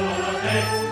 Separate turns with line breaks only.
拜。